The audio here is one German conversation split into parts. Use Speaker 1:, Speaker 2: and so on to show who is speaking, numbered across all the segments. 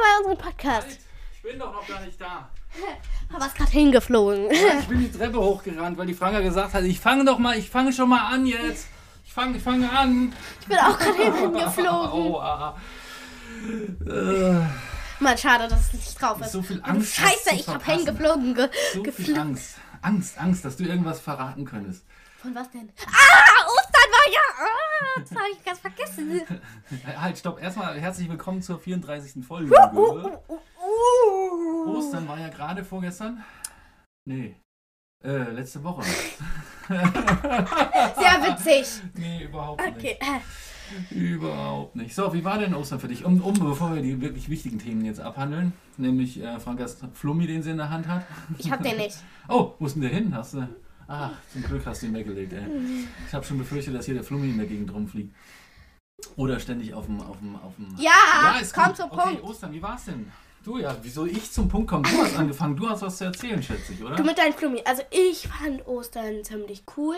Speaker 1: bei unserem Podcast.
Speaker 2: Halt! Ich bin doch noch gar nicht da.
Speaker 1: Aber ist gerade hingeflogen.
Speaker 2: Ich bin die Treppe hochgerannt, weil die Franka gesagt hat, ich fange doch mal, ich fange schon mal an jetzt. Ich fange, ich fange an.
Speaker 1: Ich bin auch gerade hingeflogen.
Speaker 2: Aua. Äh,
Speaker 1: Mann, schade, dass es nicht drauf ist.
Speaker 2: so viel
Speaker 1: Du
Speaker 2: Angst. hast
Speaker 1: Scheiße,
Speaker 2: zu
Speaker 1: ich hab
Speaker 2: verpassen.
Speaker 1: hingeflogen. Ge
Speaker 2: So viel
Speaker 1: geflogen.
Speaker 2: Angst. Angst, Angst, dass du irgendwas verraten könntest.
Speaker 1: Von was denn? Ah, Ostern war ja. Ah, das habe ich ganz vergessen.
Speaker 2: Äh, Halt, stopp. Erstmal herzlich willkommen zur 34. Folge.
Speaker 1: Uh, uh, uh.
Speaker 2: Ostern war ja gerade vorgestern. Nee. Äh, letzte Woche.
Speaker 1: Sehr witzig.
Speaker 2: Nee, überhaupt nicht.
Speaker 1: Okay. äh,
Speaker 2: Überhaupt nicht. So, wie war denn Ostern für dich? Um, um bevor wir die wirklich wichtigen Themen jetzt abhandeln, nämlich äh, Frankas Flummi, den sie in der Hand hat.
Speaker 1: Ich hab den nicht.
Speaker 2: Oh, wo ist denn der hin? Hast du? Ach, zum Glück hast du ihn weggelegt, ey. Ich habe schon befürchtet, dass hier der Flummi in der Gegend rumfliegt. Oder ständig auf dem. Auf dem, auf dem
Speaker 1: Ja,
Speaker 2: ist
Speaker 1: komm
Speaker 2: gut.
Speaker 1: zum
Speaker 2: okay,
Speaker 1: Punkt.
Speaker 2: Ostern, wie war's denn? Du ja, wieso ich zum Punkt komme? Du hast angefangen, du hast was zu erzählen, schätze ich, oder?
Speaker 1: Du mit deinem Flummi. Also ich fand Ostern ziemlich cool.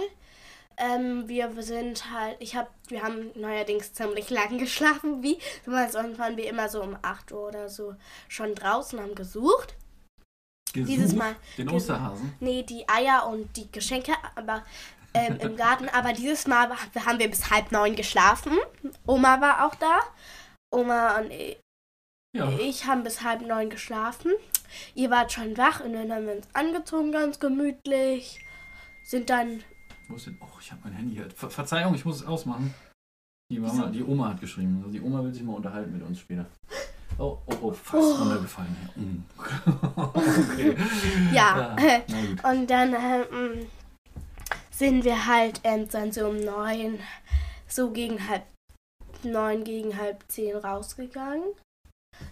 Speaker 1: Ähm, wir sind halt, ich hab, wir haben neuerdings ziemlich lang geschlafen, wie damals waren wir immer so um 8 Uhr oder so schon draußen, haben gesucht.
Speaker 2: Gesucht,
Speaker 1: dieses Mal-
Speaker 2: Den
Speaker 1: ges-
Speaker 2: Osterhasen.
Speaker 1: Nee, die Eier und die Geschenke, aber ähm, im Garten. Aber dieses Mal wa- haben wir bis halb neun geschlafen. Oma war auch da. Oma und i-
Speaker 2: Ja.
Speaker 1: ich haben bis halb neun geschlafen. Ihr wart schon wach und dann haben wir uns angezogen, ganz gemütlich. Sind dann
Speaker 2: Wo ist denn? Oh, ich habe mein Handy gehört. Ver Verzeihung, ich muss es ausmachen. Die, Mama,
Speaker 1: Wieso?
Speaker 2: die Oma hat geschrieben. Also die Oma will sich mal unterhalten mit uns später. Oh, oh, oh, fast
Speaker 1: Oh.
Speaker 2: runtergefallen. Ja, mm. okay.
Speaker 1: Ja.
Speaker 2: na gut.
Speaker 1: Und dann ähm, sind wir halt ähm, dann so um neun, so gegen halb neun, gegen halb zehn rausgegangen.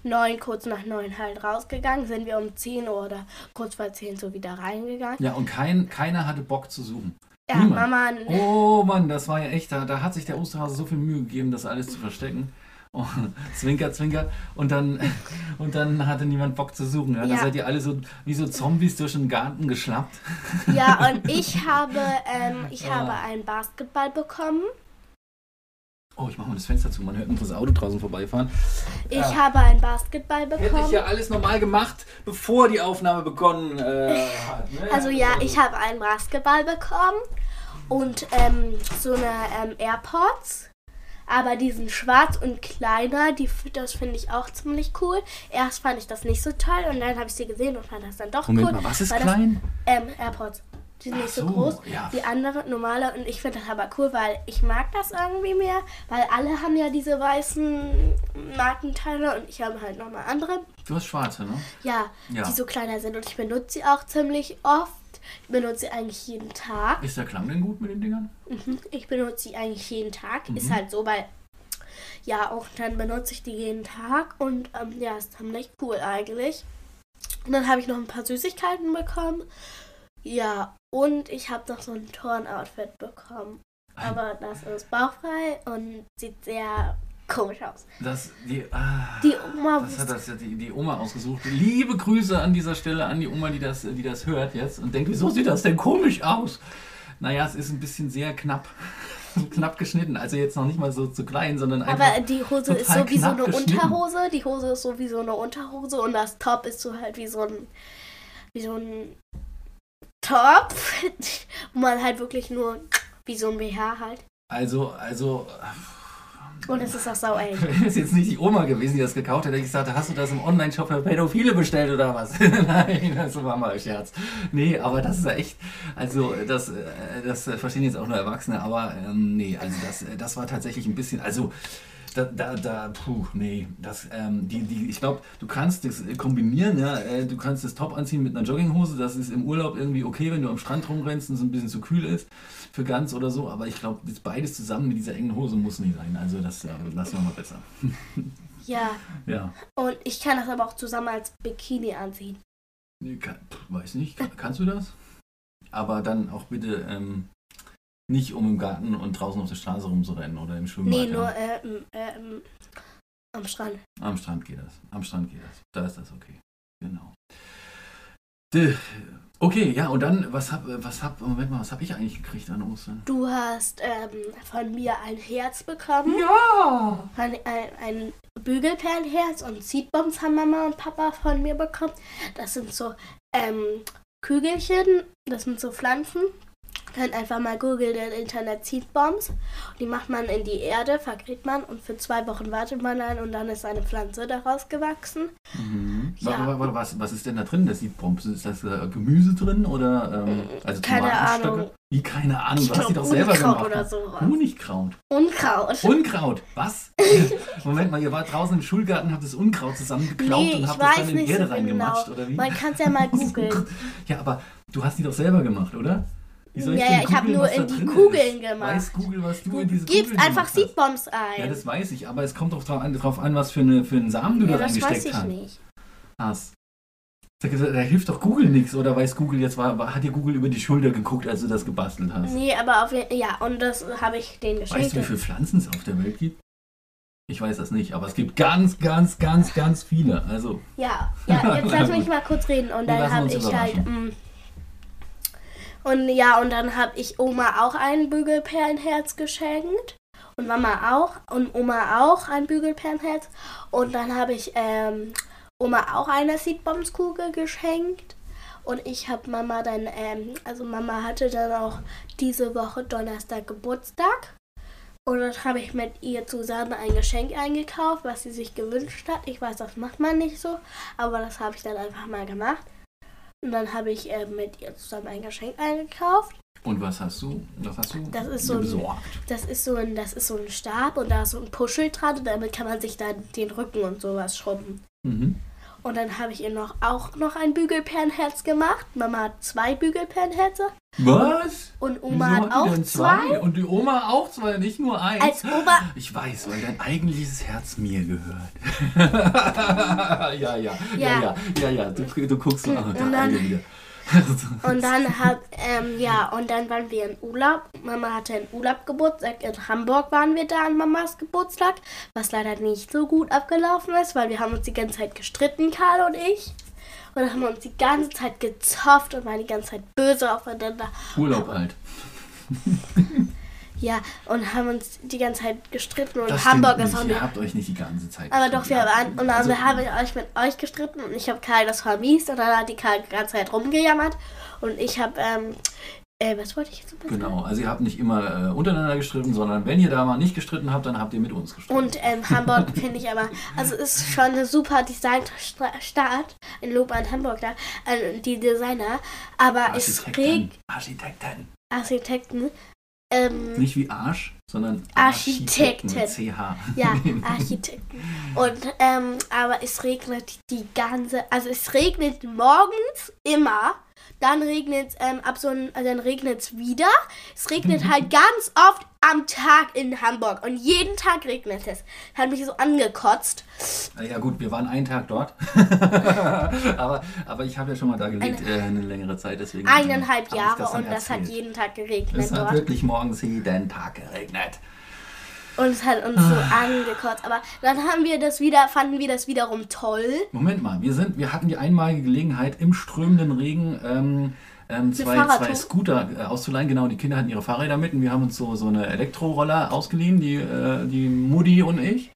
Speaker 1: Neun, kurz nach neun halt rausgegangen, sind wir um zehn Uhr oder kurz vor zehn so wieder reingegangen.
Speaker 2: Ja, und kein, keiner hatte Bock zu suchen.
Speaker 1: Ja,
Speaker 2: Niemand.
Speaker 1: Mama, n-
Speaker 2: Oh Mann, das war ja echt. Da, da hat sich der Osterhase so viel Mühe gegeben, das alles zu verstecken. Oh, zwinker, zwinker. Und dann, und dann hatte niemand Bock zu suchen. Ja, Da
Speaker 1: Ja.
Speaker 2: seid ihr alle so wie so Zombies durch den Garten geschlappt.
Speaker 1: ja, und ich habe, ähm, ich
Speaker 2: Ah.
Speaker 1: habe einen Basketball bekommen.
Speaker 2: Oh, ich mache mal das Fenster zu. Man hört noch das Auto draußen vorbeifahren.
Speaker 1: Ich
Speaker 2: Ja.
Speaker 1: habe einen Basketball
Speaker 2: Hätte ich
Speaker 1: bekommen.
Speaker 2: ja alles normal gemacht, bevor die Aufnahme begonnen äh, hat. Ne?
Speaker 1: Also ja, ich habe einen Basketball bekommen und ähm, so eine ähm, AirPods. Aber die sind schwarz und kleiner, die, f- das finde ich auch ziemlich cool. Erst fand ich das nicht so toll und dann habe ich sie gesehen und fand das dann doch
Speaker 2: Moment
Speaker 1: cool.
Speaker 2: mal, was ist
Speaker 1: weil
Speaker 2: klein?
Speaker 1: Das, ähm, AirPods. Die sind
Speaker 2: Ach
Speaker 1: nicht so,
Speaker 2: so,
Speaker 1: groß
Speaker 2: ja.
Speaker 1: wie andere normale und ich finde das aber cool, weil ich mag das irgendwie mehr, weil alle haben ja diese weißen Markenteile und ich habe halt nochmal andere.
Speaker 2: Du hast schwarze, ne?
Speaker 1: Ja,
Speaker 2: Ja.
Speaker 1: die so kleiner sind und ich benutze sie auch ziemlich oft. Ich benutze sie eigentlich jeden Tag.
Speaker 2: Ist der Klang denn gut mit den Dingern?
Speaker 1: Mhm. Ich benutze sie eigentlich jeden Tag. Ist
Speaker 2: Mhm.
Speaker 1: halt so, weil ja, auch dann benutze ich die jeden Tag und ähm, ja, ist ziemlich cool eigentlich. Und dann habe ich noch ein paar Süßigkeiten bekommen. Ja, und ich habe noch so ein Turn-Outfit bekommen. Aber das ist bauchfrei und sieht sehr komisch aus.
Speaker 2: Das, die, ah,
Speaker 1: Die Oma
Speaker 2: das hat
Speaker 1: wusste.
Speaker 2: das ja die, die Oma ausgesucht. Liebe Grüße an dieser Stelle an die Oma, die das, die das hört jetzt und denkt, wieso sieht das denn komisch aus? Naja, es ist ein bisschen sehr knapp, knapp geschnitten. Also jetzt noch nicht mal so zu klein, sondern einfach.
Speaker 1: Aber die Hose ist
Speaker 2: total
Speaker 1: so wie so
Speaker 2: knapp
Speaker 1: eine
Speaker 2: geschnitten.
Speaker 1: Unterhose. Die Hose ist so wie so eine Unterhose und das Top ist so halt wie so ein wie so ein Top, wo man halt wirklich nur wie so ein BH halt.
Speaker 2: Also, also.
Speaker 1: Und es ist auch sau eng.
Speaker 2: Wäre es jetzt nicht die Oma gewesen, die das gekauft hätte, hätte ich gesagt, hast du das im Online-Shop für Pädophile bestellt oder was? Nein, das war mal ein Scherz. Nee, aber das ist ja echt, also das, äh, das äh, verstehen jetzt auch nur Erwachsene, aber ähm, nee, also das, äh, das war tatsächlich ein bisschen, also da, da, da, puh, nee, das, ähm, die, die, ich glaube, du kannst das äh, kombinieren, ja, äh, du kannst das Top anziehen mit einer Jogginghose, das ist im Urlaub irgendwie okay, wenn du am Strand rumrennst und es ein bisschen zu kühl ist für ganz oder so, aber ich glaube, das beides zusammen mit dieser engen Hose muss nicht sein, also das äh, lassen wir mal besser.
Speaker 1: Ja.
Speaker 2: Ja,
Speaker 1: Und ich kann das aber auch zusammen als Bikini anziehen.
Speaker 2: nee, kann, pff, weiß nicht, kann, kannst du das? Aber dann auch bitte ähm, nicht um im Garten und draußen auf der Straße rumzurennen oder im Schwimmbad.
Speaker 1: Nee,
Speaker 2: ja.
Speaker 1: nur äh, m- äh, m- am Strand.
Speaker 2: Am Strand geht das. Am Strand geht das. Da ist das okay. Genau. D- Okay, ja, und dann, was hab, was hab, Moment mal, was hab ich eigentlich gekriegt an Ostern?
Speaker 1: Du hast ähm, von mir ein Herz bekommen.
Speaker 2: Ja!
Speaker 1: Ein, ein, ein Bügelperlenherz und Seedbombs haben Mama und Papa von mir bekommen. Das sind so ähm, Kügelchen, das sind so Pflanzen. Könnt einfach mal googeln im Internet Seedbombs. Und Die macht man in die Erde, vergräbt man und für zwei Wochen wartet man dann und dann ist eine Pflanze daraus gewachsen.
Speaker 2: Mhm.
Speaker 1: Ja.
Speaker 2: Warte, warte, warte, was, was ist denn da drin? Das sieht Pomps. Ist das äh, Gemüse drin oder ähm, also
Speaker 1: Äh, Keine
Speaker 2: Tomatenstöcke?
Speaker 1: Ahnung.
Speaker 2: Wie keine Ahnung,
Speaker 1: Ich
Speaker 2: du hast die
Speaker 1: glaub,
Speaker 2: doch selber
Speaker 1: Unkraut
Speaker 2: gemacht. ne?
Speaker 1: oder sowas.
Speaker 2: Honigkraut.
Speaker 1: Unkraut.
Speaker 2: Unkraut. Was? Moment mal, ihr wart draußen im Schulgarten, habt das Unkraut zusammengeklaut
Speaker 1: Nee,
Speaker 2: und
Speaker 1: ich
Speaker 2: habt das
Speaker 1: weiß
Speaker 2: dann in die
Speaker 1: nicht
Speaker 2: Erde
Speaker 1: so
Speaker 2: reingematscht,
Speaker 1: genau.
Speaker 2: oder wie?
Speaker 1: Man kann es ja mal googeln.
Speaker 2: Ja, aber du hast die doch selber gemacht, oder? Wie soll ich
Speaker 1: Ja,
Speaker 2: denn
Speaker 1: ja, ich hab
Speaker 2: googeln,
Speaker 1: nur
Speaker 2: was da
Speaker 1: in die
Speaker 2: drin ist?
Speaker 1: Kugeln gemacht.
Speaker 2: Weiß Google, was du
Speaker 1: Du
Speaker 2: in diese
Speaker 1: gibst
Speaker 2: Kugeln
Speaker 1: einfach
Speaker 2: gemacht hast?
Speaker 1: Seedbombs ein.
Speaker 2: Ja, das weiß ich, aber es kommt doch drauf an, drauf an was für, eine, für einen Samen du
Speaker 1: Ja,
Speaker 2: da
Speaker 1: das weiß
Speaker 2: reingesteckt
Speaker 1: ich
Speaker 2: hast.
Speaker 1: nicht.
Speaker 2: hast. Da, da hilft doch Google nichts, oder weiß Google jetzt, war, hat dir Google über die Schulter geguckt, als du das gebastelt hast?
Speaker 1: Nee, aber auf jeden Ja, und das habe ich denen geschenkt.
Speaker 2: weißt du, wie viele Pflanzen es auf der Welt gibt? Ich weiß das nicht, aber es gibt ganz, ganz, ganz, ganz viele. Also,
Speaker 1: Ja, ja, jetzt lass mich mal kurz reden. Und
Speaker 2: Wir
Speaker 1: dann
Speaker 2: lassen
Speaker 1: habe
Speaker 2: uns
Speaker 1: ich halt.
Speaker 2: überraschen.
Speaker 1: mm, Und ja, und dann habe ich Oma auch ein Bügelperlenherz geschenkt. Und Mama auch. Und Oma auch ein Bügelperlenherz. Und dann habe ich ähm, Oma auch eine Seedbombskugel geschenkt. Und ich habe Mama dann, ähm, also Mama hatte dann auch diese Woche Donnerstag Geburtstag. Und dann habe ich mit ihr zusammen ein Geschenk eingekauft, was sie sich gewünscht hat. Ich weiß, das macht man nicht so, aber das habe ich dann einfach mal gemacht. Und dann habe ich äh, mit ihr zusammen ein Geschenk eingekauft.
Speaker 2: und was hast du? Was hast du
Speaker 1: Das ist
Speaker 2: dir
Speaker 1: so ein-
Speaker 2: besorgt?
Speaker 1: Das ist so ein, das ist so ein Stab und da ist so ein Puschel dran und damit kann man sich dann den Rücken und sowas schrubben.
Speaker 2: Mhm.
Speaker 1: Und dann habe ich ihr noch auch noch ein Bügelperlenherz gemacht. Mama hat zwei Bügelperlenherze
Speaker 2: Was?
Speaker 1: und Oma
Speaker 2: Wieso
Speaker 1: hat
Speaker 2: hat die
Speaker 1: auch
Speaker 2: denn
Speaker 1: zwei.
Speaker 2: Und die Oma auch zwei, nicht nur eins.
Speaker 1: Als Oma
Speaker 2: Ich weiß, weil dein eigentliches Herz mir gehört. ja, ja, ja, ja,
Speaker 1: Ja.
Speaker 2: ja, ja, du, du guckst so, ah, da
Speaker 1: Und dann-
Speaker 2: eine wieder.
Speaker 1: Und dann hat, ähm, ja, und dann waren wir in Urlaub. Mama hatte einen Urlaub Geburtstag. In Hamburg waren wir da an Mamas Geburtstag, was leider nicht so gut abgelaufen ist, weil wir haben uns die ganze Zeit gestritten, Karl und ich. Und dann haben wir uns die ganze Zeit gezofft und waren die ganze Zeit böse aufeinander.
Speaker 2: Urlaub halt.
Speaker 1: Ja, und haben uns die ganze Zeit gestritten. Und
Speaker 2: Das
Speaker 1: Hamburg
Speaker 2: stimmt
Speaker 1: ist auch
Speaker 2: nicht. Ihr
Speaker 1: nicht.
Speaker 2: habt euch nicht die ganze Zeit.
Speaker 1: Aber doch, wir
Speaker 2: gestritten.
Speaker 1: waren, und dann
Speaker 2: Also,
Speaker 1: habe ich euch mit euch gestritten und ich habe Karl das vermiest und dann hat die Karl die ganze Zeit rumgejammert und ich habe, ähm, äh, was wollte ich jetzt noch sagen?
Speaker 2: Genau, also ihr habt nicht immer äh, untereinander gestritten, sondern wenn ihr da mal nicht gestritten habt, dann habt ihr mit uns gestritten.
Speaker 1: Und ähm, Hamburg finde ich aber, also ist schon eine super Designstadt. Ein Lob an Hamburg da, an die Designer. Aber es
Speaker 2: Architekten.
Speaker 1: regt
Speaker 2: Architekten.
Speaker 1: Architekten. Ähm,
Speaker 2: Nicht wie Arsch, sondern
Speaker 1: Architekten.
Speaker 2: Architekten. CH.
Speaker 1: ja, Architekten. Und ähm, aber es regnet die ganze, also es regnet morgens immer. Dann regnet es ähm, ab so einem, also dann regnet es wieder. Es regnet halt ganz oft am Tag in Hamburg und jeden Tag regnet es. Hat mich so angekotzt.
Speaker 2: Na Ja gut, wir waren einen Tag dort. aber, aber ich habe ja schon mal da gelebt, eine, äh, eine längere Zeit. Deswegen, äh,
Speaker 1: eineinhalb
Speaker 2: hab ich
Speaker 1: Jahre
Speaker 2: dann
Speaker 1: und das hat
Speaker 2: erzählt.
Speaker 1: jeden Tag geregnet
Speaker 2: Es hat
Speaker 1: dort.
Speaker 2: wirklich morgens jeden Tag geregnet.
Speaker 1: Und es hat uns so
Speaker 2: Ah.
Speaker 1: angekotzt. Aber dann haben wir das wieder, fanden wir das wiederum toll.
Speaker 2: Moment mal, wir, sind, wir hatten die einmalige Gelegenheit, im strömenden Regen ähm, ähm, zwei,
Speaker 1: Fahrradtour.
Speaker 2: zwei Scooter äh, auszuleihen. Genau, die Kinder hatten ihre Fahrräder mit und wir haben uns so, so eine Elektroroller ausgeliehen, die, äh, die Mutti und ich.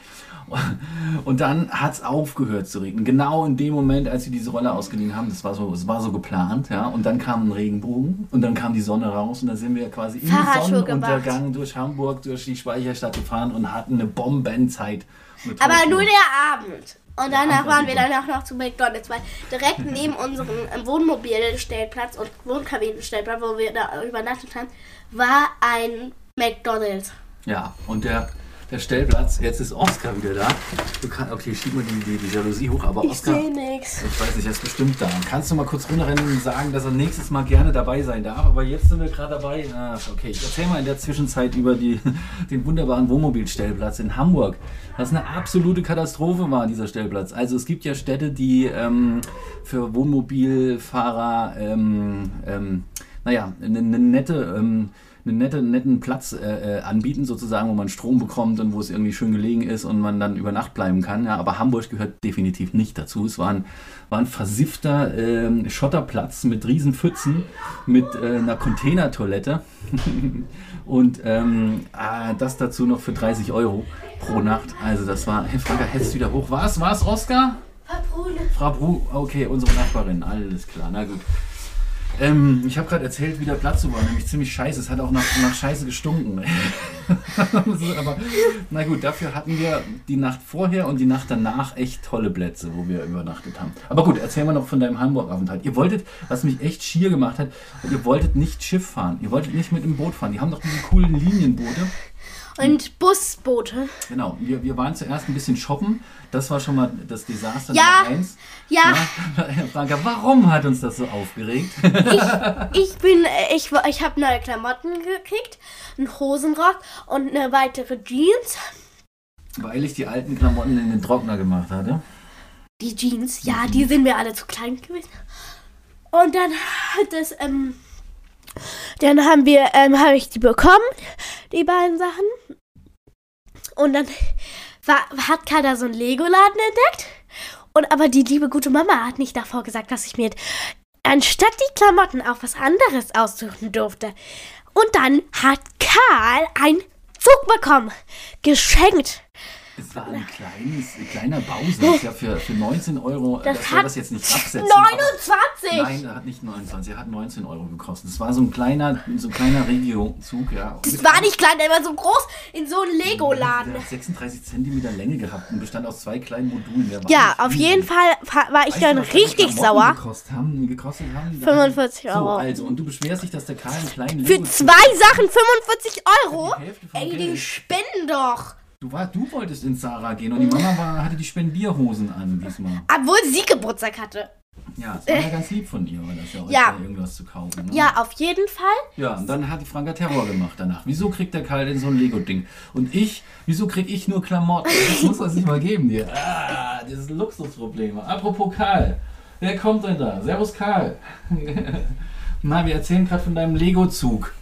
Speaker 2: Und dann hat es aufgehört zu regnen. Genau in dem Moment, als wir diese Roller ausgeliehen haben, das war so, es war so geplant, ja. Und dann kam ein Regenbogen und dann kam die Sonne raus und dann sind wir quasi im
Speaker 1: Fahrradtour
Speaker 2: Sonnenuntergang durch Hamburg, durch die Speicherstadt gefahren und hatten eine Bombenzeit. Eine
Speaker 1: Aber
Speaker 2: tolle
Speaker 1: nur
Speaker 2: Tour.
Speaker 1: der Abend. Und danach
Speaker 2: Abend war
Speaker 1: waren wir
Speaker 2: super.
Speaker 1: danach noch zu McDonalds, weil direkt neben unserem ähm, Wohnmobilstellplatz und Wohnkabinenstellplatz, wo wir da übernachtet haben, war ein McDonalds.
Speaker 2: Ja, und der, der Stellplatz, jetzt ist Oskar wieder da. Du kannst, okay, schieb mal die, die, die Jalousie hoch, aber
Speaker 1: Ich
Speaker 2: Oskar,
Speaker 1: sehe nichts.
Speaker 2: ich weiß nicht, er ist bestimmt da. Kannst du mal kurz runterrennen und sagen, dass er nächstes Mal gerne dabei sein darf? Aber jetzt sind wir gerade dabei. Ach, okay, ich erzähl mal in der Zwischenzeit über die, den wunderbaren Wohnmobilstellplatz in Hamburg. Was eine absolute Katastrophe war, dieser Stellplatz. Also es gibt ja Städte, die ähm, für Wohnmobilfahrer, ähm, ähm, naja, eine, eine nette... Ähm, einen netten, netten Platz äh, äh, anbieten, sozusagen, wo man Strom bekommt und wo es irgendwie schön gelegen ist und man dann über Nacht bleiben kann. Ja, aber Hamburg gehört definitiv nicht dazu. Es war ein, war ein versiffter ähm, Schotterplatz mit riesen Pfützen, mit äh, einer Containertoilette und ähm, ah, das dazu noch für 30 Euro. pro Nacht. Also das war, Herr Franka, hetzt wieder hoch. Was, was, Oskar?
Speaker 1: Paprone.
Speaker 2: Frau Bru, uh, okay, unsere Nachbarin, alles klar, na gut. Ähm, ich habe gerade erzählt, wie der Platz so war, nämlich ziemlich scheiße. Es hat auch nach, nach Scheiße gestunken. Das ist Aber na gut, dafür hatten wir die Nacht vorher und die Nacht danach echt tolle Plätze, wo wir übernachtet haben. Aber gut, erzähl mal noch von deinem Hamburg-Aufenthalt. Ihr wolltet, was mich echt schier gemacht hat, ihr wolltet nicht Schiff fahren. Ihr wolltet nicht mit dem Boot fahren. Die haben doch diese coolen Linienboote.
Speaker 1: Und Busboote.
Speaker 2: Genau, wir, wir waren zuerst ein bisschen shoppen. Das war schon mal das Desaster
Speaker 1: Ja.
Speaker 2: Nummer eins.
Speaker 1: Ja,
Speaker 2: Herr Franka, Ne? warum hat uns das so aufgeregt?
Speaker 1: ich bin, äh, ich, war- ich habe neue Klamotten gekriegt, einen Hosenrock und eine weitere Jeans.
Speaker 2: Weil ich die alten Klamotten in den Trockner gemacht hatte.
Speaker 1: Die Jeans,
Speaker 2: Mhm.
Speaker 1: ja, die sind mir alle zu klein gewesen. Und dann hat es, ähm, dann haben wir, ähm, habe ich die bekommen, die beiden Sachen. Und dann war, hat keiner so einen Lego-Laden entdeckt. Und aber die liebe gute Mama hat nicht davor gesagt, dass ich mir anstatt die Klamotten auch was anderes aussuchen durfte. Und dann hat Karl einen Zug bekommen. Geschenkt.
Speaker 2: Es war ein kleines, ein kleiner Bausatz, ja, für, für 19 Euro. äh,
Speaker 1: Das
Speaker 2: dass wir
Speaker 1: hat
Speaker 2: das jetzt nicht absetzen. aber-
Speaker 1: 29!
Speaker 2: Nein, er hat nicht 29, er hat 19 Euro gekostet. Es war so ein kleiner, so ein kleiner Regio-Zug, ja.
Speaker 1: Das war nicht klein, der war so groß in so einem
Speaker 2: Der
Speaker 1: Lego-Laden.
Speaker 2: hat 36 Zentimeter Länge gehabt und bestand aus zwei kleinen Modulen. Der war
Speaker 1: Ja,
Speaker 2: nicht
Speaker 1: auf
Speaker 2: riesig.
Speaker 1: jeden Fall fa- war ich
Speaker 2: Weißt du,
Speaker 1: dann
Speaker 2: was deine
Speaker 1: richtig
Speaker 2: Klamotten
Speaker 1: sauer.
Speaker 2: Gekostet haben, gekostet haben?
Speaker 1: 45 Euro.
Speaker 2: So, also, und du beschwerst dich, dass der Karl einen kleinen
Speaker 1: Für
Speaker 2: Lego-Zug-
Speaker 1: zwei Sachen 45 Euro?
Speaker 2: Die Hälfte vom
Speaker 1: Ey, die
Speaker 2: Geld.
Speaker 1: spinnen doch.
Speaker 2: Du, war, du wolltest ins Sarah gehen und die Mama war, hatte die Spendierhosen an diesmal.
Speaker 1: Obwohl sie Geburtstag hatte.
Speaker 2: Ja, es war ja ganz lieb von ihr, weil das ja auch
Speaker 1: Ja.
Speaker 2: extra irgendwas zu kaufen. Ne?
Speaker 1: Ja, auf jeden Fall.
Speaker 2: Ja, und dann hat die Franka Terror gemacht danach. Wieso kriegt der Karl denn so ein Lego-Ding? Und ich, wieso krieg ich nur Klamotten? Das muss er sich mal geben dir. Ah, das ist Luxusprobleme. Apropos Karl, wer kommt denn da? Servus Karl. Na, wir erzählen gerade von deinem Lego-Zug.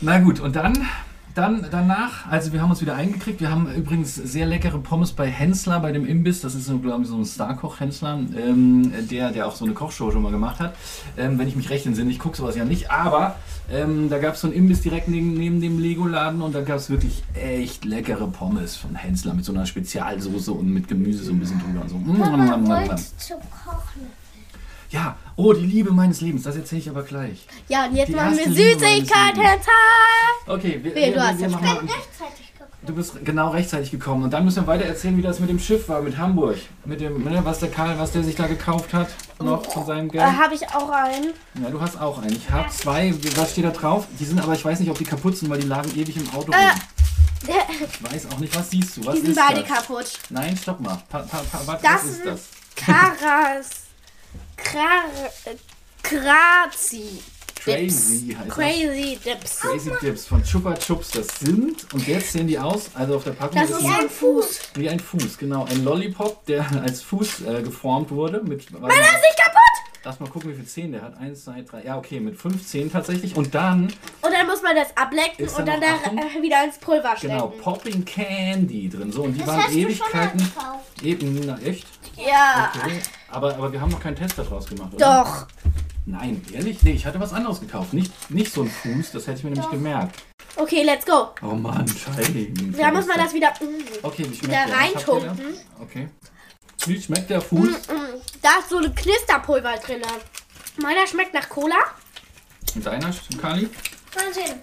Speaker 2: Na gut, und dann, dann danach, also wir haben uns wieder eingekriegt. Wir haben übrigens sehr leckere Pommes bei Hensler, bei dem Imbiss. Das ist so, glaube ich, so ein Star-Koch-Hensler, ähm, der, der auch so eine Kochshow schon mal gemacht hat. Ähm, wenn ich mich recht entsinne, ich gucke sowas ja nicht. Aber ähm, da gab es so einen Imbiss direkt neben, neben dem Lego-Laden und da gab es wirklich echt leckere Pommes von Hensler mit so einer Spezialsoße und mit Gemüse so ein bisschen drüber und so. Mm, mm, mm, mm.
Speaker 3: zum Kochen.
Speaker 2: Ja, oh, die Liebe meines Lebens, das erzähle ich aber gleich.
Speaker 1: Ja, und jetzt
Speaker 2: Die
Speaker 1: machen wir
Speaker 2: erste Liebe meines
Speaker 1: Süßigkeiten.
Speaker 2: Okay, wir,
Speaker 1: Wehe, du hast ja
Speaker 2: machen
Speaker 1: Spaß.
Speaker 2: mal-
Speaker 3: Rechtzeitig gekocht.
Speaker 2: Du bist genau rechtzeitig gekommen und dann müssen wir weiter erzählen, wie das mit dem Schiff war, mit Hamburg. Mit dem, ne, was der Karl, was der sich da gekauft hat, noch zu seinem Geld.
Speaker 1: Da habe ich auch einen.
Speaker 2: Ja, du hast auch einen. Ich habe zwei, was steht da drauf? Die sind aber, ich weiß nicht, ob die kaputt sind, weil die lagen ewig im Auto rum. Ich weiß auch nicht, was siehst du? Was
Speaker 1: Äh. Die sind
Speaker 2: ist
Speaker 1: beide
Speaker 2: das?
Speaker 1: kaputt.
Speaker 2: Nein, stopp mal. Pa, pa, pa, warte,
Speaker 1: Das
Speaker 2: was ist
Speaker 1: sind-
Speaker 2: das?
Speaker 1: Karas. Krar. äh, Krazi.
Speaker 2: Crazy heißt das.
Speaker 1: Crazy Dips.
Speaker 2: Crazy Dips von Chupa Chups, das sind, und jetzt sehen die aus, also auf der Packung
Speaker 1: Das ist
Speaker 2: ein-
Speaker 1: ein Fuß.
Speaker 2: wie ein Fuß, genau. Ein Lollipop, der als Fuß äh, geformt wurde. Mit, War
Speaker 1: Das ist nicht kaputt.
Speaker 2: Lass mal gucken, wie viel Zehen der hat. Eins, zwei, drei. Ja, okay, mit fünf Zehen tatsächlich. Und dann,
Speaker 1: Und dann muss man das ablecken
Speaker 2: Ist da
Speaker 1: und dann
Speaker 2: noch
Speaker 1: da
Speaker 2: Achtung?
Speaker 1: äh, wieder ins Pulver stecken.
Speaker 2: genau, Popping Candy drin. So, und die
Speaker 3: Das hast
Speaker 2: waren
Speaker 3: du schon
Speaker 2: Ewigkeiten.
Speaker 3: mal gekauft.
Speaker 2: Eben, na echt?
Speaker 1: Ja.
Speaker 2: Okay. Aber, aber wir haben noch keinen Test daraus gemacht, oder?
Speaker 1: Doch.
Speaker 2: Nein, ehrlich? Nee, ich hatte was anderes gekauft. Nicht, nicht so ein Fuß, das hätte ich mir nämlich gemerkt.
Speaker 1: Okay, let's go.
Speaker 2: Oh Mann, scheiße.
Speaker 1: Da muss man das wieder. Mm,
Speaker 2: Okay, wie schmeckt
Speaker 1: wieder
Speaker 2: der? Was habt ihr da?
Speaker 1: reintunken.
Speaker 2: Okay. Wie schmeckt der Fuß?
Speaker 1: mm. Da ist so ein Knisterpulver drin. Meiner schmeckt nach Cola. mm.
Speaker 2: Und deiner, Kali?
Speaker 3: Mal sehen.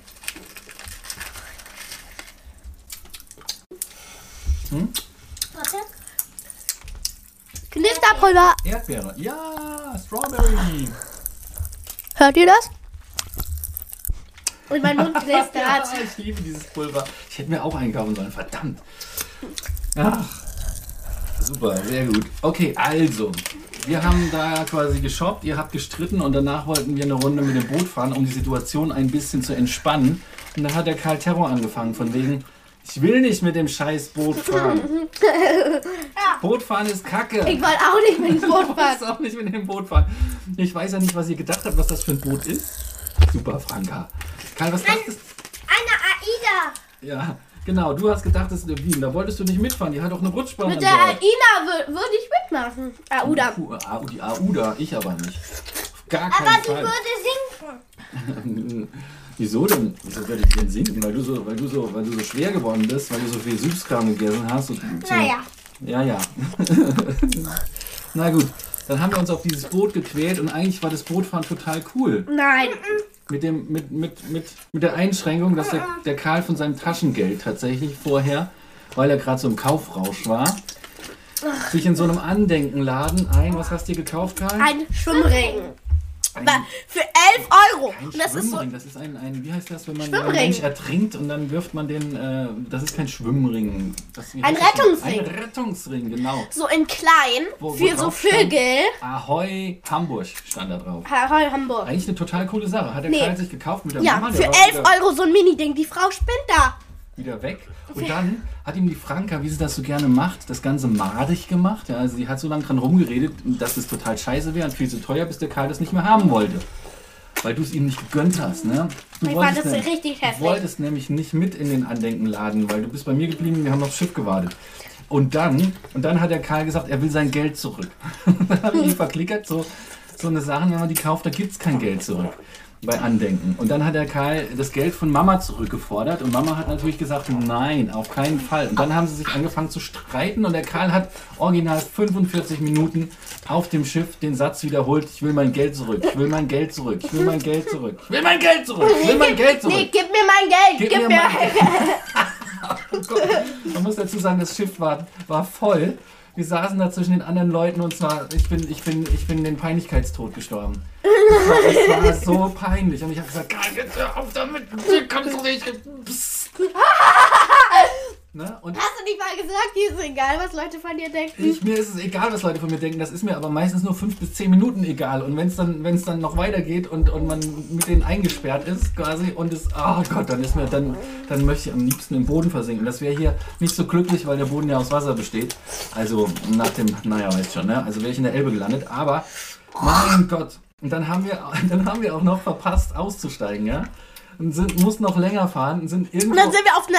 Speaker 2: Hm?
Speaker 3: Warte.
Speaker 1: Knisterpulver.
Speaker 2: Erdbeere. Ja, Strawberry.
Speaker 1: Hört ihr das? Und mein Mund
Speaker 2: Ja,
Speaker 1: knistert.
Speaker 2: ich liebe dieses Pulver. Ich hätte mir auch einkaufen sollen, verdammt. Ach, super, sehr gut. Okay, also, wir haben da quasi geshoppt, ihr habt gestritten und danach wollten wir eine Runde mit dem Boot fahren, um die Situation ein bisschen zu entspannen. Und da hat der Karl Terror angefangen, von wegen, ich will nicht mit dem scheiß Boot fahren. Boot fahren ist kacke.
Speaker 1: Ich wollte auch nicht mit dem Boot
Speaker 2: Ich
Speaker 1: fahren.
Speaker 2: weiß auch nicht mit dem Boot fahren. Ich weiß ja nicht, was ihr gedacht habt, was das für ein Boot ist. Super, Franka. Karl, was dachtest
Speaker 3: Eine AIDA.
Speaker 2: ja, genau. Du hast gedacht, das ist in Wien. Da wolltest du nicht mitfahren. Die hat auch eine Rutschbahn
Speaker 1: Mit
Speaker 2: an
Speaker 1: der
Speaker 2: Bord.
Speaker 1: äh, Ina wür- würde ich mitmachen. Ah, oder?
Speaker 2: Puh, Au- die Auda, ich aber nicht. Auf gar
Speaker 3: Aber
Speaker 2: keinen
Speaker 3: die
Speaker 2: Fall.
Speaker 3: würde sinken.
Speaker 2: Wieso denn? Das werde ich denn sinken, weil du, so, weil, du so, weil du so schwer geworden bist, weil du so viel Süßkram gegessen hast. Und
Speaker 1: Hm.
Speaker 2: so,
Speaker 3: Naja.
Speaker 2: Ja, ja. Na gut, dann haben wir uns auf dieses Boot gequält und eigentlich war das Bootfahren total cool.
Speaker 1: Nein.
Speaker 2: Mit, dem, mit, mit, mit, mit der Einschränkung, dass der, der Karl von seinem Taschengeld tatsächlich vorher, weil er gerade so im Kaufrausch war, sich in so einem Andenkenladen ein, was hast du dir gekauft, Karl?
Speaker 1: Ein Schwimmring.
Speaker 2: Ein-
Speaker 1: Wa- Für 11 Euro.
Speaker 2: Ein
Speaker 1: Und das ist so.
Speaker 2: Schwimmring, das ist ein, ein, wie heißt das, wenn man wenn ein
Speaker 1: Schwimmring.
Speaker 2: Mensch ertrinkt und dann wirft man den, äh, das ist kein Schwimmring. Das ist wie
Speaker 1: Ein
Speaker 2: heißt das denn?
Speaker 1: Rettungsring.
Speaker 2: Ein Rettungsring, genau.
Speaker 1: So in klein.
Speaker 2: Wo- wo
Speaker 1: für so
Speaker 2: drauf stand-
Speaker 1: Vögel.
Speaker 2: Ahoi Hamburg stand da drauf.
Speaker 1: Ahoi, Hamburg.
Speaker 2: Eigentlich eine total coole Sache. Hat der
Speaker 1: Nee.
Speaker 2: Karl sich gekauft mit der
Speaker 1: Ja,
Speaker 2: Mama, der
Speaker 1: für
Speaker 2: war
Speaker 1: 11
Speaker 2: wieder,
Speaker 1: Euro so ein Mini-Ding. Die Frau spinnt da.
Speaker 2: wieder weg. Und dann hat ihm die Franka, wie sie das so gerne macht, das Ganze madig gemacht. Ja, also sie hat so lange dran rumgeredet, dass es total scheiße wäre und viel zu teuer, bis der Karl das nicht mehr haben wollte. Weil du es ihm nicht gegönnt hast, ne? Du
Speaker 1: Ich fand
Speaker 2: wolltest
Speaker 1: das
Speaker 2: nämlich-
Speaker 1: richtig
Speaker 2: Du
Speaker 1: heftig.
Speaker 2: wolltest nämlich nicht mit in den Andenkenladen, weil du bist bei mir geblieben, wir haben aufs Schiff gewartet. Und dann, und dann hat der Karl gesagt, er will sein Geld zurück. dann habe ich ihn verklickert, so, so eine Sachen, wenn man die kauft, da gibt es kein Geld zurück bei Andenken. Und dann hat der Karl das Geld von Mama zurückgefordert und Mama hat natürlich gesagt, nein, auf keinen Fall. Und dann haben sie sich angefangen zu streiten und der Karl hat original 45 Minuten auf dem Schiff den Satz wiederholt, ich will mein Geld zurück, ich will mein Geld zurück, ich will mein Geld zurück, ich will mein Geld zurück, ich will mein Geld zurück.
Speaker 1: Nee, gib mir mein Geld.
Speaker 2: Gib
Speaker 1: Gib,
Speaker 2: mir
Speaker 1: mir,
Speaker 2: mein Man muss dazu sagen, das Schiff war, war voll. Wir saßen da zwischen den anderen Leuten und zwar, ich bin, ich bin, ich bin den Peinlichkeitstod gestorben. Es war, es war so peinlich. Und ich habe gesagt, Karl, jetzt hör auf damit, du kannst doch nicht. Psst. Ne? Und
Speaker 1: Hast du nicht mal gesagt, die ist egal, was Leute von dir denken?
Speaker 2: ich, mir ist es egal, was Leute von mir denken, das ist mir aber meistens nur fünf bis zehn Minuten egal. Und wenn es dann, wenn's dann noch weitergeht und, und man mit denen eingesperrt ist quasi und es, oh Gott, dann ist mir, dann, dann möchte ich am liebsten im Boden versinken. Das wäre hier nicht so glücklich, weil der Boden ja aus Wasser besteht. Also nach dem, naja, weißt schon, ne? Also wäre ich in der Elbe gelandet, aber mein Gott. Und dann haben wir, dann haben wir auch noch verpasst auszusteigen, ja? Und sind, mussten noch länger fahren und sind irgendwo
Speaker 1: Und dann sind wir auf einer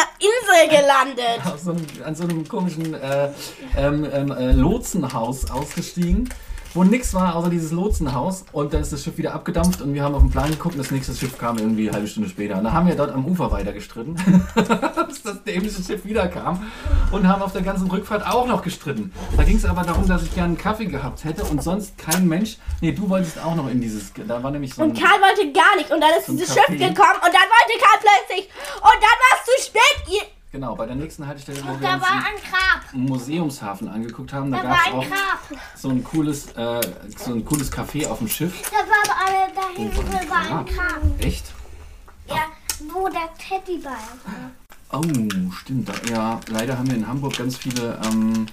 Speaker 1: Insel gelandet.
Speaker 2: auf so einem, an so einem komischen äh, ähm, ähm, äh, Lotsenhaus ausgestiegen, wo nix war außer dieses Lotsenhaus. Und dann ist das Schiff wieder abgedampft und wir haben auf den Plan geguckt und das nächste Schiff kam irgendwie eine halbe Stunde später. Und da haben wir dort am Ufer weiter gestritten, bis das dämliche Schiff wieder kam und haben auf der ganzen Rückfahrt auch noch gestritten. Da ging es aber darum, dass ich gerne einen Kaffee gehabt hätte und sonst kein Mensch. Nee, du wolltest auch noch in dieses. Da war nämlich so ein.
Speaker 1: Und Karl wollte gar nicht. Und dann ist dieses
Speaker 2: Café.
Speaker 1: Schiff gekommen und dann wollte Karl plötzlich. Und dann war es zu spät. Ihr,
Speaker 2: Genau, bei der nächsten Haltestelle, wo wir
Speaker 3: Da
Speaker 2: uns
Speaker 3: war ein Grab.
Speaker 2: den Museumshafen angeguckt haben, da,
Speaker 3: Da
Speaker 2: gab
Speaker 3: war
Speaker 2: es auch.
Speaker 3: ein Grab.
Speaker 2: so ein cooles, äh, so ein cooles Café auf dem Schiff.
Speaker 3: Da war aber da hinten war ein Grab.
Speaker 2: Echt?
Speaker 3: Ja, wo der Teddybär war.
Speaker 2: Oh, stimmt. Da, ja, leider haben wir in Hamburg ganz viele, ähm,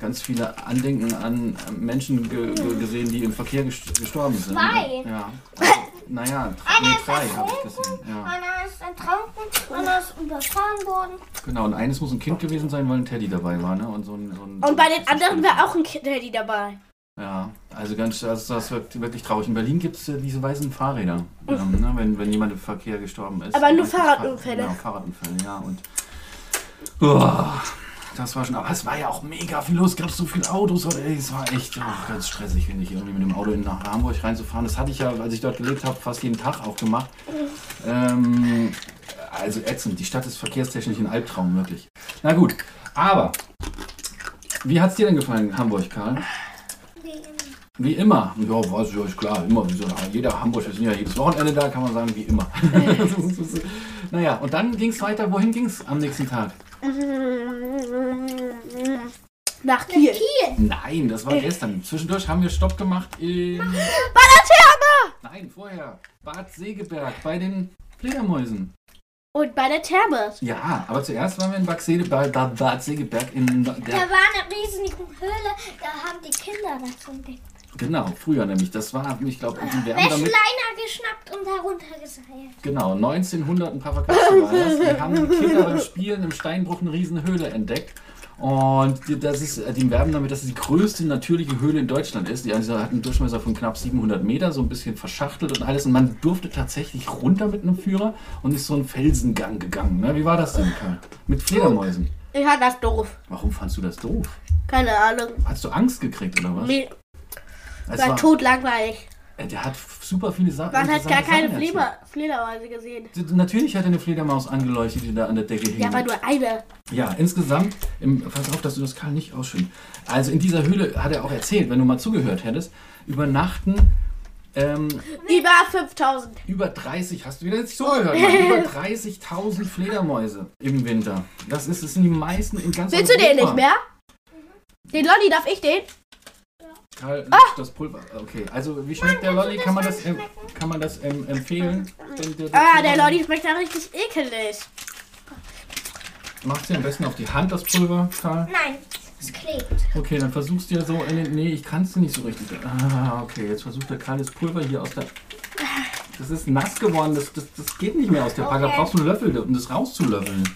Speaker 2: ganz viele Andenken an äh, Menschen ge ge gesehen, die im Verkehr gest gestorben sind.
Speaker 3: Zwei.
Speaker 2: Ja. Also, naja,
Speaker 1: Ah,
Speaker 2: dr- nee,
Speaker 3: Einer ist
Speaker 2: drei habe ich
Speaker 3: ertrunken,
Speaker 2: gesehen. Ja.
Speaker 3: einer ist ertrunken, einer ist überfahren worden.
Speaker 2: Genau, und eines muss ein Kind gewesen sein, weil ein Teddy dabei war, ne? Und, so ein, so ein,
Speaker 1: und bei den anderen war auch ein Daddy dabei.
Speaker 2: Ja, also ganz, also das wird wirklich traurig. In Berlin gibt es äh, diese weißen Fahrräder, ähm, ne, wenn, wenn jemand im Verkehr gestorben ist.
Speaker 1: Aber nur
Speaker 2: Meistens
Speaker 1: Fahrradunfälle.
Speaker 2: Fahr- Genau, Fahrradunfälle, ja. Und uah, das war schon, aber es war ja auch mega viel los. Gab so viele Autos, oder, ey, es war echt ach, ganz stressig, finde ich, irgendwie mit dem Auto in nach Hamburg reinzufahren. Das hatte ich ja, als ich dort gelebt habe, fast jeden Tag auch gemacht. Ähm, also ätzend. Die Stadt ist verkehrstechnisch ein Albtraum, wirklich. Na gut, aber wie hat's dir denn gefallen, Hamburg, Karl? Wie immer. Ja, weiß ich, ja, ist klar, immer. Wieso? Jeder Hamburg, wir sind ja jedes Wochenende da, kann man sagen, wie immer. naja, und dann ging es weiter. Wohin ging es am nächsten Tag?
Speaker 1: Nach Kiel.
Speaker 2: Nein, das war gestern. Zwischendurch haben wir Stopp gemacht in...
Speaker 1: Ballertherme!
Speaker 2: Nein, vorher. Bad Segeberg bei den Fledermäusen.
Speaker 1: Und bei der Therme.
Speaker 2: Ja, aber zuerst waren wir in Bad, Sede, bei Bad, Bad Segeberg in...
Speaker 3: Da
Speaker 2: Der,
Speaker 3: war eine riesige Höhle, da haben die Kinder das entdeckt.
Speaker 2: genau, früher nämlich. Das war, ich glaube, wir haben damit...
Speaker 3: Wäschleiner geschnappt und darunter geseilt.
Speaker 2: Genau, 1900 ein paar Verkasten war das. Wir haben die Kinder beim Spielen im Steinbruch eine riesen Höhle entdeckt. Und die- das ist, äh, die werben damit, dass es die größte natürliche Höhle in Deutschland ist. Die also hat einen Durchmesser von knapp 700 Meter, so ein bisschen verschachtelt und alles. Und man durfte tatsächlich runter mit einem Führer und ist so einen Felsengang gegangen. Ne? Wie war das denn, Karl? Mit Fledermäusen.
Speaker 1: Ich hatte das doof.
Speaker 2: Warum fandst du das doof?
Speaker 1: Keine Ahnung.
Speaker 2: Hast du Angst gekriegt oder was?
Speaker 1: Mir
Speaker 2: Es
Speaker 1: war
Speaker 2: war-
Speaker 1: totlangweilig.
Speaker 2: Äh, Der hat f- super viele Sachen.
Speaker 1: Man hat gar
Speaker 2: interessante
Speaker 1: keine
Speaker 2: Sachen
Speaker 1: Fleder Fledermäuse gesehen.
Speaker 2: erzählt. D- Natürlich hat er eine Fledermaus angeleuchtet, die da an der Decke hing.
Speaker 1: Ja, aber nur eine.
Speaker 2: Ja, insgesamt, im, pass auf, dass du das Karl nicht ausschütteln. Also in dieser Höhle hat er auch erzählt, wenn du mal zugehört hättest, übernachten ähm,
Speaker 1: Über 5000.
Speaker 2: über 30, hast du wieder nicht zugehört, Mann, über 30.000 Fledermäuse im Winter. Das, ist, das sind die meisten in ganz
Speaker 1: Willst du den
Speaker 2: Europa.
Speaker 1: nicht mehr? Den Lolli darf ich den?
Speaker 2: Karl,
Speaker 1: Ah!
Speaker 2: das Pulver, okay. Also wie schmeckt der Lolli?
Speaker 3: das
Speaker 2: Kann man das,
Speaker 3: schmecken?
Speaker 2: ähm, kann man das ähm, empfehlen?
Speaker 1: Ah, der Lolli schmeckt ja richtig ekelig.
Speaker 2: Machst du am besten auf die Hand das Pulver, Karl?
Speaker 3: Nein, es klebt.
Speaker 2: Okay, dann versuchst du ja so in den. Nee, ich kann es nicht so richtig. Ah, okay, jetzt versucht der Karl das Pulver hier aus der. Das ist nass geworden, das, das, das geht nicht mehr aus der Packung. Da
Speaker 3: Okay.
Speaker 2: brauchst du einen Löffel, um das rauszulöffeln.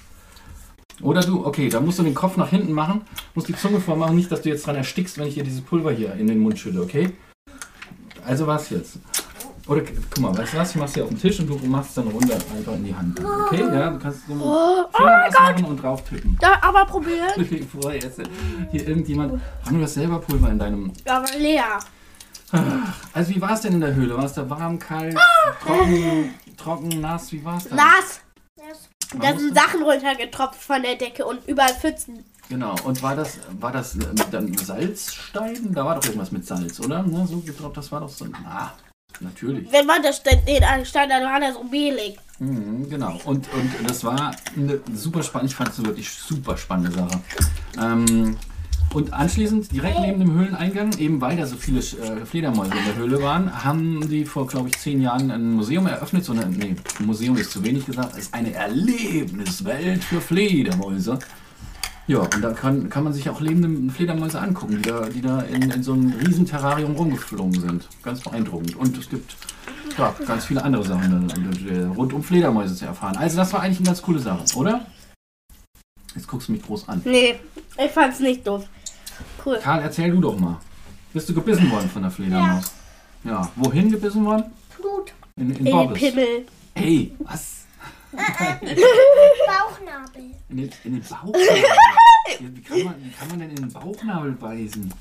Speaker 2: Oder du, okay, dann musst du den Kopf nach hinten machen, musst die Zunge vormachen, nicht, dass du jetzt dran erstickst, wenn ich dir dieses Pulver hier in den Mund schütte, okay? Also was jetzt? Oder guck mal, weißt du was? Ich mach's hier auf den Tisch und du machst es dann runter einfach in die Hand. Okay, ja, du kannst so einen
Speaker 1: Oh, oh
Speaker 2: Finger
Speaker 1: mein
Speaker 2: nass
Speaker 1: Gott.
Speaker 2: machen und drauf tippen.
Speaker 1: Da, aber probieren.
Speaker 2: Bevor jetzt hier irgendjemand. Haben du das selber Pulver in deinem.
Speaker 1: Aber leer.
Speaker 2: Also, wie war es denn in der Höhle? War es da warm, kalt, trocken, trocken, nass? Wie war es da?
Speaker 1: Nass.
Speaker 3: Das
Speaker 2: Man
Speaker 1: Da
Speaker 2: musste-
Speaker 1: sind Sachen runtergetropft von der Decke und überall Pfützen.
Speaker 2: Genau. Und war das, war das äh, dann Salzstein? Da war doch irgendwas mit Salz, oder? Ne? So getrocknet, das war doch so. Ah, natürlich.
Speaker 1: Wenn man das denn den einen Stein, dann war der so mehlig.
Speaker 2: Mhm, genau. Und, und das war eine super spannende, ich fand es eine wirklich super spannende Sache. Ähm, und anschließend, direkt neben dem Höhleneingang, eben weil da so viele äh, Fledermäuse in der Höhle waren, haben die vor, glaube ich, zehn Jahren ein Museum eröffnet. So eine, nee, Museum ist zu wenig gesagt, es ist eine Erlebniswelt für Fledermäuse. Ja, und da kann, kann man sich auch lebende Fledermäuse angucken, die da, die da in, in so einem riesen Terrarium rumgeflogen sind. Ganz beeindruckend. Und es gibt ja, ganz viele andere Sachen äh, äh, rund um Fledermäuse zu erfahren. Also das war eigentlich eine ganz coole Sache, oder? Jetzt guckst du mich groß an.
Speaker 1: Nee, ich fand's nicht doof. Cool.
Speaker 2: Karl, erzähl du doch mal. Bist du gebissen worden von der Fledermaus? Ja. Wohin gebissen worden?
Speaker 3: Blut.
Speaker 2: In, in,
Speaker 1: In den
Speaker 2: Bobbes.
Speaker 1: Pimmel.
Speaker 2: Ey, was? Oh,
Speaker 3: Äh, Bauchnabel.
Speaker 2: In den, in den Bauchnabel? Ja, wie, kann man, wie kann man denn in den Bauchnabel beißen?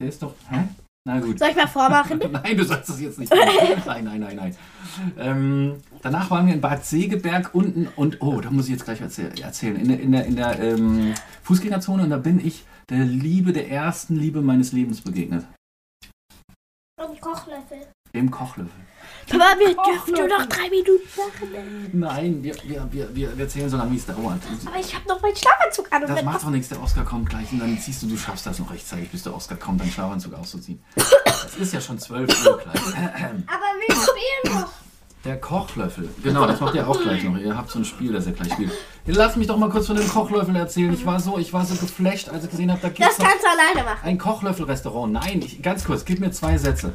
Speaker 2: Der ist doch... Hä? Na gut.
Speaker 1: Soll ich mal vormachen?
Speaker 2: Nein, du sollst das jetzt nicht machen. Nein, nein, nein, nein. Ähm, danach waren wir in Bad Segeberg unten und oh, da muss ich jetzt gleich erzähl erzählen. In der, in der, in der ähm, Fußgängerzone und da bin ich der Liebe, der ersten Liebe meines Lebens begegnet.
Speaker 3: Und Kochlöffel.
Speaker 2: Dem Kochlöffel.
Speaker 1: Papa, wir dürfen nur noch drei Minuten machen.
Speaker 2: Mm. Nein, wir, wir, wir, wir wir erzählen so lange, wie es dauert.
Speaker 1: Aber ich habe noch meinen Schlafanzug an. Und
Speaker 2: Das
Speaker 1: wenn
Speaker 2: macht doch nichts, der Oscar kommt gleich und dann siehst du, du schaffst das noch rechtzeitig, bis der Oscar kommt, deinen Schlafanzug auszuziehen. Es ist ja schon 12 Uhr gleich.
Speaker 3: Aber wir spielen noch.
Speaker 2: Der Kochlöffel. Genau, das macht ihr auch gleich noch. Ihr habt so ein Spiel, das ihr gleich spielt. Lass mich doch mal kurz von dem Kochlöffel erzählen. Ich war so, ich war so geflasht, als ich gesehen habe, da
Speaker 1: das
Speaker 2: gibt's noch
Speaker 1: kannst du alleine machen.
Speaker 2: ein Kochlöffelrestaurant. Nein, ich, ganz kurz, gib mir zwei Sätze.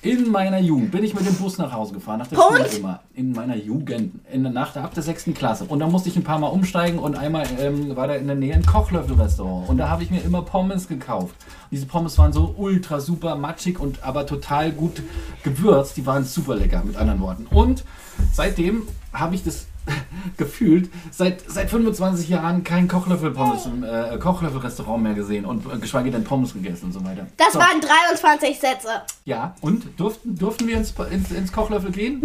Speaker 2: In meiner Jugend bin ich mit dem Bus nach Hause gefahren, nach der
Speaker 1: Punkt.
Speaker 2: Schule immer. In meiner Jugend, in der Nacht ab der sechsten Klasse. Und da musste ich ein paar Mal umsteigen und einmal ähm, war da in der Nähe ein Kochlöffelrestaurant. Und da habe ich mir immer Pommes gekauft. Und diese Pommes waren so ultra super matschig und aber total gut gewürzt. Die waren super lecker, mit anderen Worten. Und seitdem habe ich das gefühlt seit, seit 25 Jahren kein Kochlöffel-Pommes im äh, Kochlöffel-Restaurant mehr gesehen und äh, geschweige denn Pommes gegessen und so weiter.
Speaker 1: Das
Speaker 2: so,
Speaker 1: waren 23 Sätze.
Speaker 2: Ja, und durften, durften wir ins, ins, ins Kochlöffel gehen?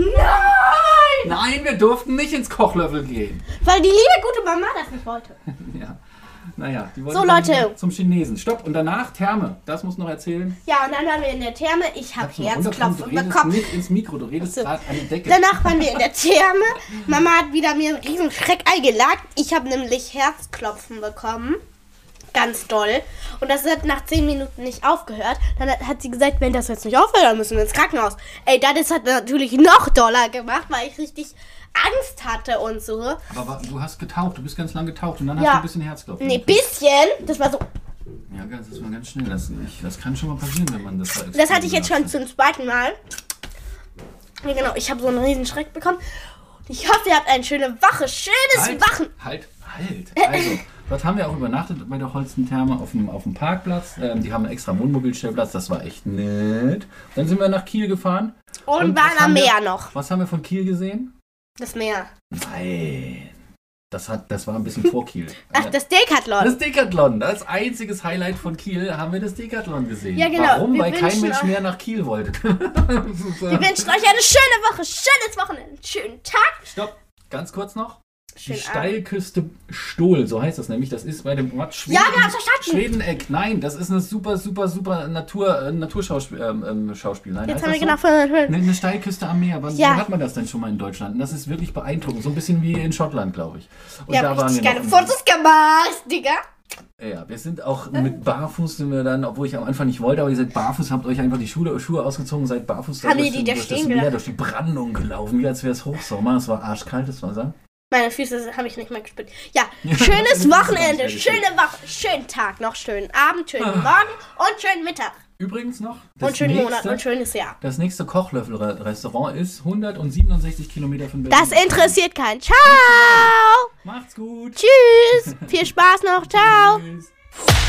Speaker 1: Nein!
Speaker 2: Nein, wir durften nicht ins Kochlöffel gehen.
Speaker 1: Weil die liebe gute Mama das nicht wollte.
Speaker 2: Ja. Naja, die wollten
Speaker 1: So,
Speaker 2: dann
Speaker 1: Leute.
Speaker 2: zum Chinesen. Stopp, und danach Therme. Das muss noch erzählen.
Speaker 1: Ja, und dann waren wir in der Therme. Ich habe
Speaker 2: Mal runterkommen,
Speaker 1: Herzklopfen
Speaker 2: du redest
Speaker 1: bekommen.
Speaker 2: nicht ins Mikro, du redest
Speaker 1: Ach so.
Speaker 2: gerade an die Decke.
Speaker 1: Danach waren wir in der Therme. Mama hat wieder mir einen riesen Schreckei gelagt. Ich habe nämlich Herzklopfen bekommen. Ganz doll. Und das hat nach 10 Minuten nicht aufgehört. Dann hat- hat sie gesagt, wenn das jetzt nicht aufhört, dann müssen wir ins Krankenhaus. Ey, das hat natürlich noch doller gemacht, weil ich richtig Angst hatte und so.
Speaker 2: Aber wa- du hast getaucht, du bist ganz lang getaucht und dann
Speaker 1: Ja.
Speaker 2: hast du ein bisschen Herzklopfen.
Speaker 1: Nee, bisschen. Das war so.
Speaker 2: Ja, ganz- das war ganz schnell. Das, ich, das kann schon mal passieren, wenn man das da
Speaker 1: Das hatte ich jetzt schon
Speaker 2: experimentiert.
Speaker 1: zum zweiten Mal. Ja, genau. Ich habe so einen riesen Schreck bekommen. Und Ich hoffe, ihr habt eine schöne Woche. Schönes
Speaker 2: halt,
Speaker 1: Wachen.
Speaker 2: Halt, halt. Also, dort haben wir auch übernachtet bei der Holstentherme auf dem, auf dem Parkplatz. Ähm, die haben einen extra Wohnmobilstellplatz, das war echt nett. Dann sind wir nach Kiel gefahren.
Speaker 1: Und,
Speaker 2: Und was
Speaker 1: waren am
Speaker 2: haben wir-
Speaker 1: Meer noch.
Speaker 2: Was haben wir von Kiel gesehen?
Speaker 1: Das Meer.
Speaker 2: Nein. Das, hat, das war ein bisschen vor Kiel.
Speaker 1: Ach, das Decathlon.
Speaker 2: Das Decathlon, das einziges Highlight von Kiel, haben wir das Decathlon gesehen.
Speaker 1: Ja, genau.
Speaker 2: Warum?
Speaker 1: Wir
Speaker 2: Weil kein
Speaker 1: wünschen
Speaker 2: Mensch
Speaker 1: euch-
Speaker 2: mehr nach Kiel wollte.
Speaker 1: Wir wünschen euch eine schöne Woche, schönes Wochenende, einen schönen Tag.
Speaker 2: Stopp, ganz kurz noch. Die
Speaker 1: Schönen Abend.
Speaker 2: Steilküste Stohl, so heißt das nämlich. Das ist bei dem Ort Schweden.
Speaker 1: Ja, wir haben's verstanden.
Speaker 2: Schwedeneck. Nein, das ist eine super, super, super Natur, äh, Naturschauspiel. Ähm, ähm, Schauspiel. Nein,
Speaker 1: Jetzt
Speaker 2: heißt
Speaker 1: haben wir
Speaker 2: das
Speaker 1: genau
Speaker 2: so?
Speaker 1: von
Speaker 2: Eine, eine Steilküste am Meer. Wann,
Speaker 1: Ja.
Speaker 2: wann hat man das denn schon mal in Deutschland? Und das ist wirklich beeindruckend. So ein bisschen wie in Schottland, glaube ich. Und
Speaker 1: Wir haben richtig geile
Speaker 2: noch-
Speaker 1: Fotos gemacht, Digga.
Speaker 2: Ja, wir sind auch mit Barfuß sind wir dann, obwohl ich am Anfang nicht wollte, aber ihr seid barfuß, habt euch einfach die Schule, Schuhe ausgezogen, seid barfuß
Speaker 1: Haben
Speaker 2: durch,
Speaker 1: die die da
Speaker 2: durch das
Speaker 1: stehen
Speaker 2: Meer,
Speaker 1: gelassen?
Speaker 2: durch die Brandung gelaufen, wie als wäre es Hochsommer. Es war arschkaltes Wasser.
Speaker 1: Meine Füße habe ich nicht mehr gespürt. Ja, schönes Wochenende,
Speaker 2: Das ist gar nicht
Speaker 1: schöne Woche, schönen Tag, noch schönen Abend, schönen
Speaker 2: Ah.
Speaker 1: Morgen und schönen Mittag.
Speaker 2: Übrigens noch,
Speaker 1: Und schönen Monat und schönes Jahr.
Speaker 2: das nächste Kochlöffel-Restaurant ist 167 Kilometer von Berlin.
Speaker 1: Das interessiert keinen. Ciao!
Speaker 2: Macht's gut.
Speaker 1: Tschüss! Viel Spaß noch, ciao!
Speaker 2: Tschüss.